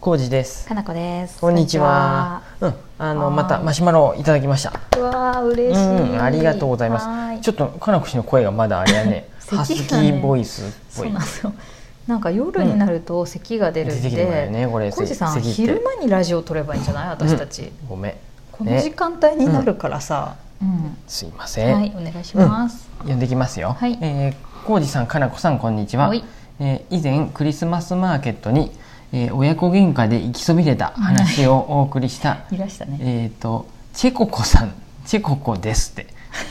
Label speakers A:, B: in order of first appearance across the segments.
A: 浩二です
B: かなこです。
A: こんにちはうんあの
B: はーい
A: またマシュマロをいただきました
B: こんにちは。うわー嬉
A: う
B: しい、
A: んありがとうございますちょっとかなこ氏の声がまだあれや ね
B: 咳がね
A: ハスキーボイスっ
B: そ
A: ぽ
B: う
A: い
B: なんですよ。なんか夜になると咳が出る
A: 出
B: ん
A: てきてもらう
B: で、
A: よねこれ
B: コウジさん
A: 咳って
B: 昼間にラジオ撮ればいいんじゃない私たち、
A: ごめん
B: この時間帯になるからさ、
A: すいま
B: うん
A: せん、
B: はいお願いします、
A: 呼んできますよ、
B: はい
A: えー、浩二さんかなこさんこんにちは
B: はい、
A: えー以前クリスマスマーケットに、えー親子喧嘩で行きそびれた話をお送りした、
B: いらしたね
A: えっ、とチェココさんチェココです って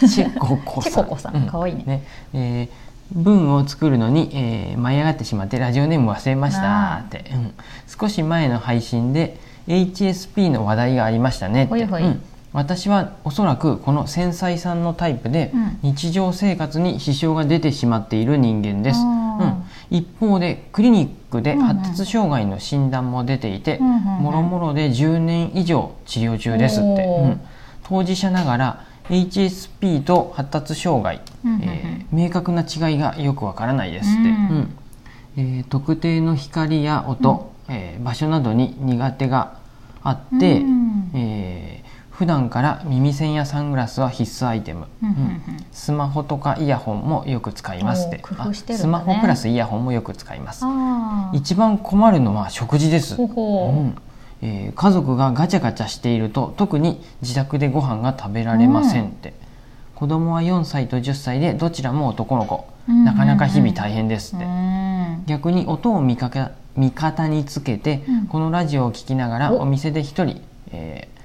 A: チェココさん
B: チェココさん
A: う
B: かわいいね
A: えー文を作るのに、えー舞い上がってしまってラジオネーム忘れましたって、うん少し前の配信で HSP の話題がありましたねって
B: ほいほい
A: うん私はおそらくこの繊細さんのタイプで、
B: うん
A: 日常生活に支障が出てしまっている人間です、
B: あ
A: う
B: ー
A: ん、一方でクリニックで
B: うんうん
A: 発達障害の診断も出ていて、
B: うんうんうん
A: もろもろで10年以上治療中ですって、
B: おー
A: うん当事者ながら HSP と発達障害、
B: うんうんうん
A: えー明確な違いがよくわからないですって、
B: うん
A: うんえー特定の光や音、えー場所などに苦手があって、
B: うん
A: えー普段から耳栓やサングラスは必須アイテム、
B: うんうんうん
A: うんスマホとかイヤホンもよく使いますって
B: おー工夫して
A: あ
B: るん
A: ス
B: だね
A: マホプラスイヤホンもよく使います
B: あー
A: 一番困るのは食事です
B: ほほう
A: うんえー家族がガチャガチャしていると特に自宅でご飯が食べられませんって、子供は4歳と10歳でどちらも男の子、
B: うんうんうん
A: なかなか日々大変です
B: う
A: って、
B: ん
A: 逆に音を見かけ味方につけて、
B: うん
A: このラジオを聞きながら
B: お
A: お店で一人、えー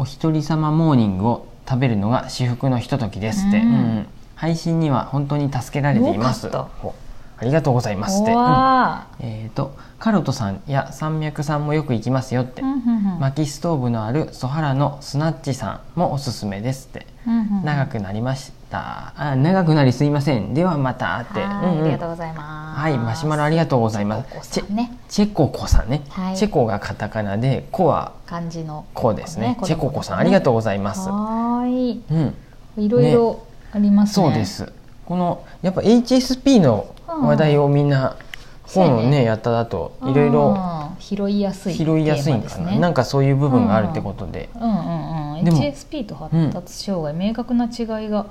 A: お一人様モーニングを食べるのが至福のひとときですって、
B: うん
A: うん配信には本当に助けられています
B: よかっ
A: おありがとうございますって、
B: うわ
A: うんえーとカロトさんや山脈さんもよく行きますよって、
B: ーうんうんうん
A: 薪ストーブのあるソハラのスナッチさんもおすすめですって、
B: うんうんうん
A: 長くなりましたあ長くなりすいませんではまたって、
B: は
A: うん
B: い
A: うん
B: ありがとうございます
A: はい、マシュマロありがとうございます。
B: ココ
A: チ
B: さん
A: ェ
B: ね
A: チェココさんね、
B: はい
A: チェコがカタカナで、コは
B: 漢字の
A: コですね。
B: 子供
A: チェココさん、ありがとう
B: う
A: ございま
B: ご
A: す。
B: はーい
A: うん、
B: いろいろありますね
A: そうです。このやっぱ HSP の話題をみんな本を
B: そうや
A: ね
B: ね
A: やっただといろいろ
B: あー拾いやすい
A: 拾いやすいんか
B: テーマ
A: な。なん
B: ね
A: かそういう部分があるってことで、
B: うんうんうん
A: でも
B: HSP と発達障害、明確な違いが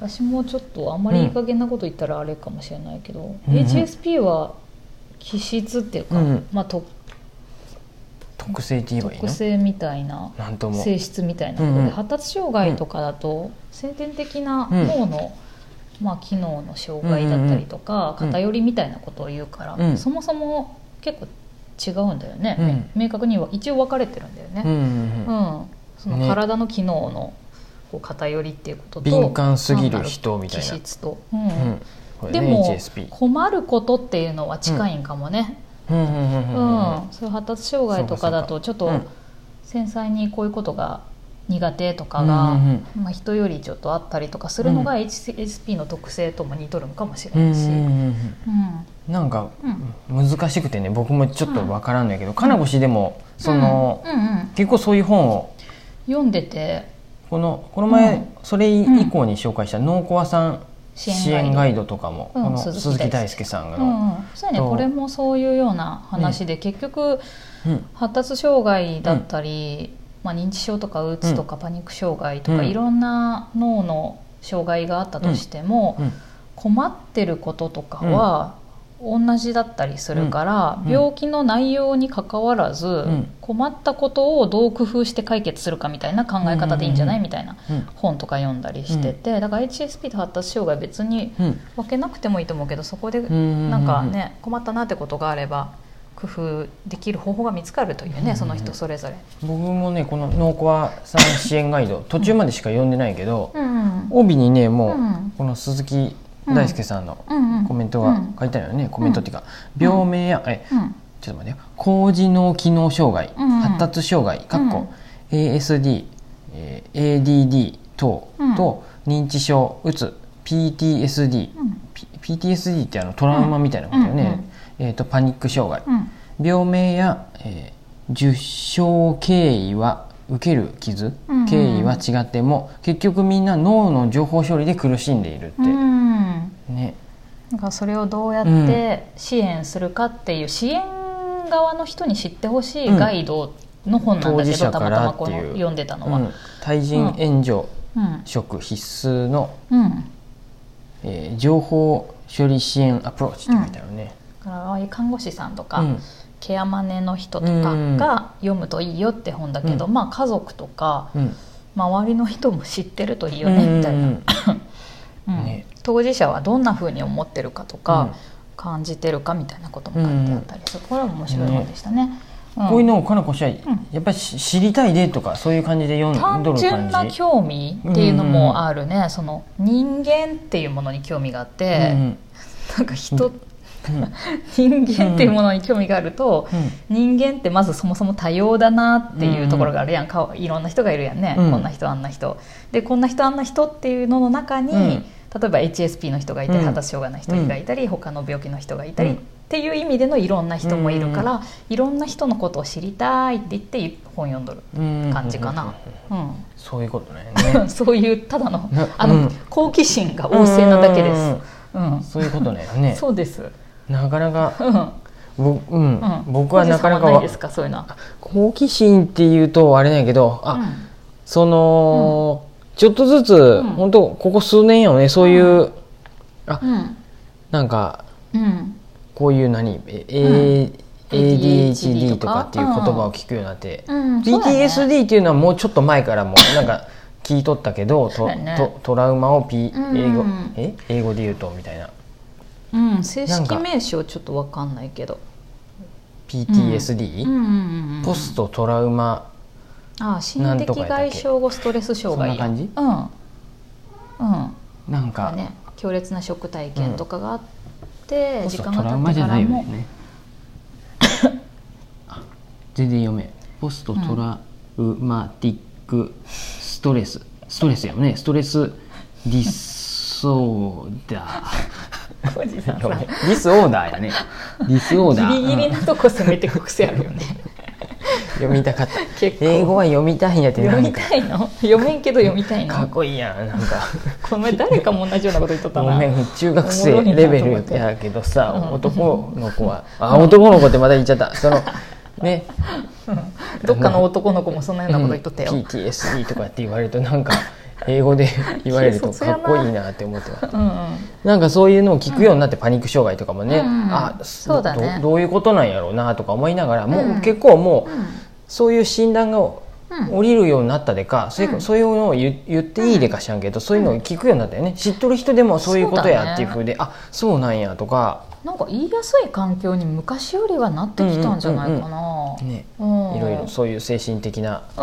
B: 私もちょっとあんまりいい加減なこと言ったらあれかもしれないけど、
A: うん
B: HSP は気質っていうか、
A: うん
B: まあ、と
A: 特性って言えばいい
B: 特
A: の？
B: 性みたいな
A: なんとも。
B: 性質みたいなことで、
A: うんうん
B: 発達障害とかだと先天的な
A: うん
B: 脳の、まあ、機能の障害だったりとか、
A: うんうんうん
B: 偏りみたいなことを言うから、
A: うん
B: そもそも結構違うんだよね、
A: うん
B: 明確には一応分かれてるんだよね。
A: うんうんうん。
B: うん、その
A: ね
B: 体の機能のこう偏りっていうことと
A: 敏感すぎる人みたいな
B: 気質と、うん
A: うんこれ
B: で
A: ね
B: も
A: HSP。
B: 困ることっていうのは近いんかもね、
A: うんうんうん
B: う
A: うんんうん。
B: そういう発達障害とかだとちょっ
A: う
B: と
A: ん
B: 繊細にこういうことが苦手とかが、
A: うんうん
B: まあ、人よりちょっとあったりとかするのが
A: う
B: HSP の特性とも似とるんかもしれ
A: う
B: なんいし。
A: う
B: うんん
A: うんうん。なんか難しくてね僕もちょっとわからんだけど、金越でもその、
B: うんうん、
A: 結構そういう本を
B: 読んでて
A: このこの前、
B: うん
A: それ以降に紹介した「脳コアさん
B: 支
A: 支
B: 援ガイド
A: 援ガイド」とかも、
B: うん
A: この
B: 鈴木
A: 鈴木
B: 大
A: 大輔さんの、
B: うんうん、そうやね
A: そう
B: これもそういうような話で、結局
A: うん
B: 発達障害だったり、まあ、認知症とかうつとかパニック障害とか、
A: うん
B: いろんな脳の障害があったとしても、
A: うん
B: 困ってることとかは同じだったりするから、
A: うん
B: 病気の内容にかかわらず、
A: ん
B: 困ったことをどう工夫して解決するかみたいな考え方でいいんじゃない、みたいな
A: うん
B: 本とか読んだりしてて、だから HSP と発達障害別に
A: うん
B: 分けなくてもいいと思うけどそこで
A: うん
B: なんかね困ったなってことがあれば工夫できる方法が見つかるという
A: うんう
B: ね
A: ん
B: その人それぞれ。
A: 僕もねこの「脳コアさん支援ガイド」途中までしか読んでないけど、
B: うん
A: 帯にねもう、
B: うん
A: この鈴木大輔さんの
B: うんうん
A: コメント
B: う
A: が
B: ん
A: 書いてあるよね、コメントっていうか、病名やえ
B: うん
A: ちょっと待ってよ高次脳機能障害、
B: うんうん
A: 発達障害かっこ ASD、えー ADD 等
B: うん
A: と認知症うつ PTSD、
B: うん
A: P- PTSD ってあのトラウマみたいなことよ
B: うん
A: ね、えー、とパニック障害、
B: うん
A: 病名や、えー受傷経緯は受ける傷、
B: うんうんうん
A: 経緯は違っても結局みんな脳の情報処理で苦しんでいるって、
B: うん
A: ね
B: なんかそれをどうやって支援するかっていう支援本側の人に知ってほしいガイドの本なん
A: 当
B: だけ
A: 事
B: ど、
A: 者
B: た
A: か
B: また
A: ら
B: ま
A: って
B: こ
A: いう
B: の読んでたの
A: う
B: は。
A: ん、対人援助
B: うん
A: 食必須の、
B: うん
A: えー情報処理支援アプローチって書いてあるね。
B: だからああいう看護師さんとか、
A: うん
B: ケアマネの人と
A: う
B: か
A: ん
B: が読むといいよって本だけど、
A: うん
B: まあ家族とか
A: うん
B: 周りの人も知ってるといいよねみたいな、
A: うん
B: うん
A: ね
B: 当事者はどんなふうに思ってるかとか、感じてるかみたいなことも書いてあったりする、これは面白い本でしたね。うん
A: こういうのをかなこしは
B: ん
A: やっぱりし知りたいでとかそういう感じで読ん
B: 単
A: どる
B: 純な
A: 感じ。
B: 興味っていうのもあるね、その人間っていうものに興味があって、
A: うん
B: なんか人、
A: うんうん
B: 人間っていうものに興味があると、人間ってまずそもそも多様だなっていうところがあるやん、顔いろんな人がいるやんね、
A: うん
B: こんな人あんな人でこんな人あんな人っていうのの中に、
A: うん
B: 例えば HSP の人がいたり
A: うん
B: 発達障害の人がいたり、他の病気の人がいたり、
A: うん
B: っていう意味でのいろんな人もいるから、いろんな人のことを知りたいって言って本読んどる
A: うんうん
B: 感じかな、うん
A: そういうことね。
B: そういうただの
A: ね
B: あの、
A: うん
B: 好奇心が旺盛なだけで
A: うんうんう
B: す
A: ん。
B: うん、
A: そういうことだよね。
B: そうです。
A: なかなか
B: うん、
A: ぼうん
B: うん
A: 僕はなかなか
B: 小路さんはない
A: わ
B: ですかそういうのは。
A: 好奇心っていうとあれなんやけどあ、
B: うん
A: その、ちょっとずつ、
B: ん
A: 本当ここ数年よねそういう、あ
B: うん、
A: なんか
B: うん、
A: こういう何、え
B: うん
A: ADHD と
B: と
A: か
B: か
A: っていう言葉を聞くようになって、
B: うんそうだね
A: PTSD っていうのはもうちょっと前からもうなんか聞いとったけど
B: そう
A: と
B: だね
A: とトラウマを、P
B: うん
A: 英語え英語で言うとみたいな
B: うん、正
A: なん
B: 式
A: か
B: 名称ちょっとわかんないけど。
A: PTSD、
B: うんうんうんうん
A: ポストトラウマ
B: あ心的外傷後ストレス障害
A: な
B: や。
A: んと
B: うん、うん、
A: なんか、
B: だね、強烈なショック体験とかがあって、
A: ポス
B: 時
A: ト
B: 間
A: ト
B: が
A: ラウ
B: 経
A: マ
B: って
A: じゃ
B: か
A: な
B: ら
A: いよ
B: も、
A: ね あ全然読めんポストトラウマティックストレスストレスやもんねストレスディソーダ
B: 小路さん
A: ー
B: さ
A: ディスオーダーやねディスオーダー
B: ギリギリ
A: うん
B: なとこ攻めてく癖あるよね。
A: 読みたかった
B: 結構
A: 英語は読みたいんやってな
B: 読
A: ん
B: み
A: か
B: たいの読めんけど読みたい
A: かっ
B: の
A: こいいやんなん か
B: この前誰かも同じようなこと言っとった
A: ご
B: な
A: めん中学生レベルやけどさ
B: おもろいなと
A: 男の子 はあ男の子ってまた言っちゃったそのね
B: どっかの男の子もそんなようなこと言っとったよ、
A: うん PTSD とかって言われるとなん か英語で言われると
B: 軽率
A: か
B: や
A: っ
B: な
A: こいいなって思ってます
B: うんうん
A: なんかそういうのを聞くようになってパニック障害とかもね、
B: うんうん
A: あ
B: そうだね
A: どどういうことなんやろうなとか思いながらもう、
B: うん
A: 結構もう、
B: うん
A: そういう診断が
B: うん
A: 降りるようになったでか、そういう
B: うん
A: そういうのを言言っていいでか知らんけど、そういうのを聞くようになったよね知っとる人でもそういうこと
B: そうだ
A: や
B: ね
A: っていうふうで、あそうなんやとか、
B: なんか言いやすい環境に昔よりはなってきたんじゃないかな、うん
A: ね、いろいろそういう精神的な
B: う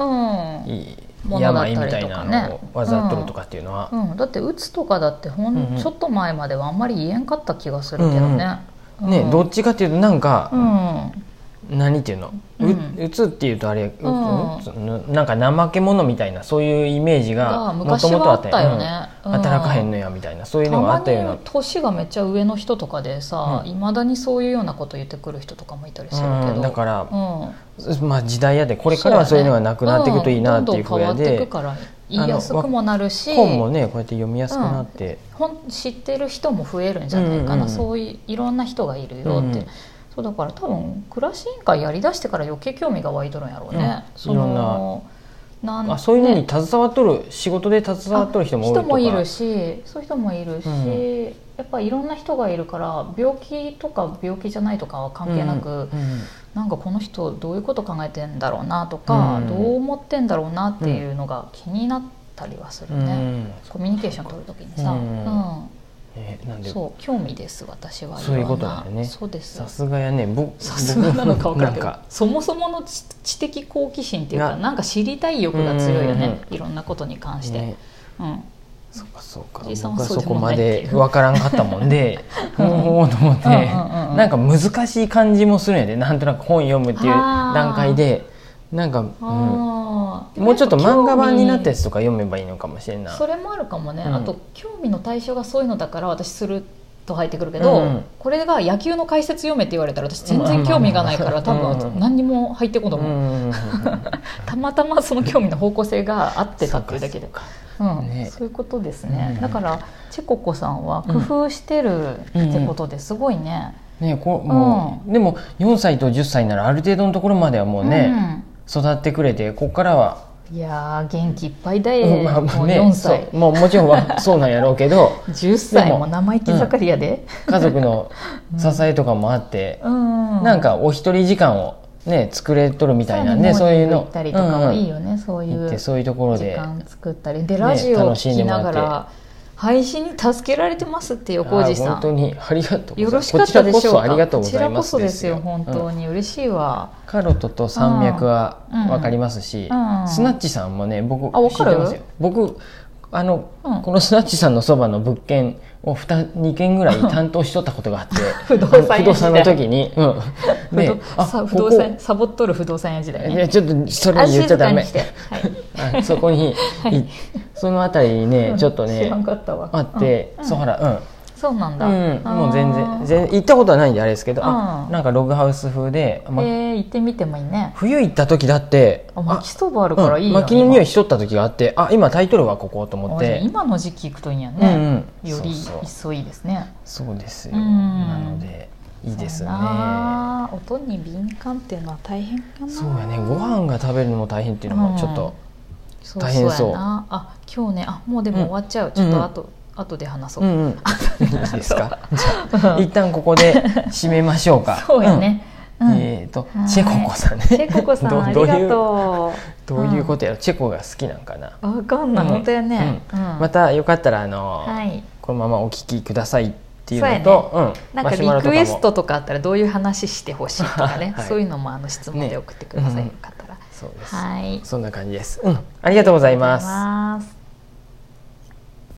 B: ん
A: いい
B: ものだった
A: 病
B: り
A: み
B: とかね
A: たいなのをわざとるとかっていうのは、
B: うん、だって鬱とかだってほん、
A: うんうん
B: ちょっと前まではあんまり言えんかった気がするけどね、うん
A: ねどっちかっていうとなんか
B: う、ん
A: 何っていうの、う
B: うん
A: うつっていうとあれ、う
B: うん
A: うつぬなんか怠け者みたいなそういうイメージが
B: あ
A: も
B: 昔
A: ともと
B: は
A: あ
B: あ
A: っ
B: ったた
A: よ
B: よ
A: ね
B: ね、
A: うん
B: うん
A: 働かへんのやみたいなそういうのがあったよう
B: たま
A: な
B: に年がめっちゃ上の人とかでさいま、未だにそういうようなこと言ってくる人とかもいたりするけど、
A: うんだから、
B: うん
A: まあ時代やでこれからはそういうのがなくなっていくといいなっていうふうや
B: んどんどん変わって
A: で
B: いく、から言いやすくもなるし
A: 本もねこうやって読みやすくなって、
B: 本知ってる人も増えるんじゃないかな、
A: うんうんうん
B: そういういろんな人がいるよって、
A: うんうん
B: そうだから多分暮らし委員会やりだしてから余計興味が湧いとるんやろうね、
A: うん
B: そ
A: いろん
B: のな
A: あそういうの
B: ね
A: に携わっとる仕事で携わっとる人も多いとか
B: 人もいるしそういう人もいるし、
A: うん
B: やっぱいろんな人がいるから病気とか病気じゃないとかは関係なく、
A: うんうん
B: なんかこの人どういうこと考えてんだろうなとか、
A: うん
B: どう思ってんだろうなっていうのが気になったりはする
A: うん
B: ね、コミュニケーション取るときにさ、
A: う
B: うんん
A: ねなんで
B: そう興味です私は
A: そういうこと
B: ろん
A: なんだよね
B: そうです
A: さすがやねぼ
B: さすがなのか分からんけど
A: なんか
B: そもそもの知知的好奇心っていう
A: な
B: かなんか知りたい欲が強いよ
A: うんうん
B: ねいろんなことに関して、
A: ね
B: うん、
A: そうかそうか
B: じいさん
A: 僕
B: は
A: は
B: そ
A: そ
B: うでも
A: こま
B: ないって
A: で
B: いう
A: 分からんかったもん でほうほうと思って
B: うんうんうんうん
A: なんか難しい感じもするんやでなんとなく本読むっていう
B: あー
A: 段階でなんか、うん
B: あー
A: もうちょっと漫画版になったや
B: 興
A: つとか読めばいいのかもしれん
B: 味
A: な
B: それもあるかもね、
A: うん
B: あと興味の対象がそういうのだから私すると入ってくるけど、
A: うん
B: これが野球の解説読めって言われたら私全然興味がないから多
A: うん
B: 分何にも入ってこな
A: う
B: い
A: ん
B: と思う、
A: うんうん
B: たまたまその興味の方向性が合ってたっていうだけで
A: そうか
B: うん
A: ね
B: そういうことですね、
A: うん
B: だからチェココさんは工夫してるってことですごいね、
A: ねこもう、でも4歳と10歳ならある程度のところまではもうね、育ってくれてここからは、
B: うん、いやー元気いっぱいだよ、
A: うんまあまあね、
B: もう4歳
A: そうもうもちろんはそうなんやろうけど
B: 10歳も生意気盛りやで、
A: 家族の支えとかもあって
B: う、ん
A: なんかお一人時間をね作れとるみたいなんで、
B: さ
A: そう
B: らに
A: いう
B: も
A: の
B: 行ったりとかもいい
A: うん
B: よね、そうい
A: 行って
B: う
A: そういうところ
B: 時
A: で
B: 間作ったりでラジオを聞きなが
A: 楽しんでも
B: ら、配信に助けられてますって横おじ
A: あー
B: さ
A: 本当
B: ん
A: にありがとうございます
B: よろしかったでしょ
A: こちら
B: う
A: こそありが
B: か
A: とう
B: こ
A: ご
B: ち
A: ざい
B: ら
A: ま
B: こ
A: す
B: そですよ本当
A: うん
B: に嬉しいわ、
A: カロトと山脈は分かりますし、
B: うんうん
A: スナッチさんもね僕
B: あ分かる
A: 知ってますよ僕あの、
B: うん
A: このスナッチさんのそばの物件を 2, 2件ぐらい担当しとったこと があって
B: 不動産屋時
A: あの不
B: 代
A: 動産の時に、うん、
B: 不動さ不動産サボっとる不動産屋時代
A: い
B: ね
A: やちょっとそれ
B: あ
A: 言っ
B: 静
A: ちゃダ
B: か
A: メ
B: にして、はい、
A: あそこに、いその辺りにねちょっと
B: 知
A: ね
B: らんかったわ
A: あって、
B: うん
A: そうほらうん
B: そうなんだ、
A: うん、もう全然
B: あー
A: 全行ったことはないんであれですけど、あ
B: うん
A: なんかログハウス風で、ま
B: えー、行ってみてもいいね
A: 冬行った時だって
B: あ巻きそばあるからいい
A: うん
B: よ、
A: 薪の匂いしとった時があってあ今タイトルはここと思っ
B: あじゃ
A: て
B: あ今の時期行くといいんや
A: うん
B: ね、
A: うん
B: よ
A: そう
B: り一
A: そう
B: 層いいですね
A: そうですよ
B: うん
A: なのでいいですね
B: そうやな音に敏感っていうのは大変かな
A: そうやねご飯が食べるのも大変っていうの
B: う
A: も
B: ん
A: ちょっと
B: そ
A: 大変そう
B: やなあ今日ねあもうでも終わっちゃう、ちょっとあと、後で話そう、
A: うんうんいいですかじゃあ一旦ここで締めましょうか
B: そうやね、
A: う
B: うんん
A: えっと
B: はい
A: チェコ子さんね
B: チェココさん
A: ど
B: ありが
A: どういう
B: とう
A: どういうことやろチェコが好きなんかな
B: わかんない、
A: うん
B: 本当やね、うん
A: またよかったらあの
B: はい
A: このままお聞きくださいっていうのとうん
B: なん
A: マ
B: か
A: シュマロ
B: リ
A: と
B: ク
A: も
B: エストとかあったらどういう話してほしいとかね、
A: はい
B: そういうのもあの質問で送ってください、
A: ね
B: よかったら、
A: そうです
B: はい
A: そんな感じですうんありがとうございます
B: ありがとうございます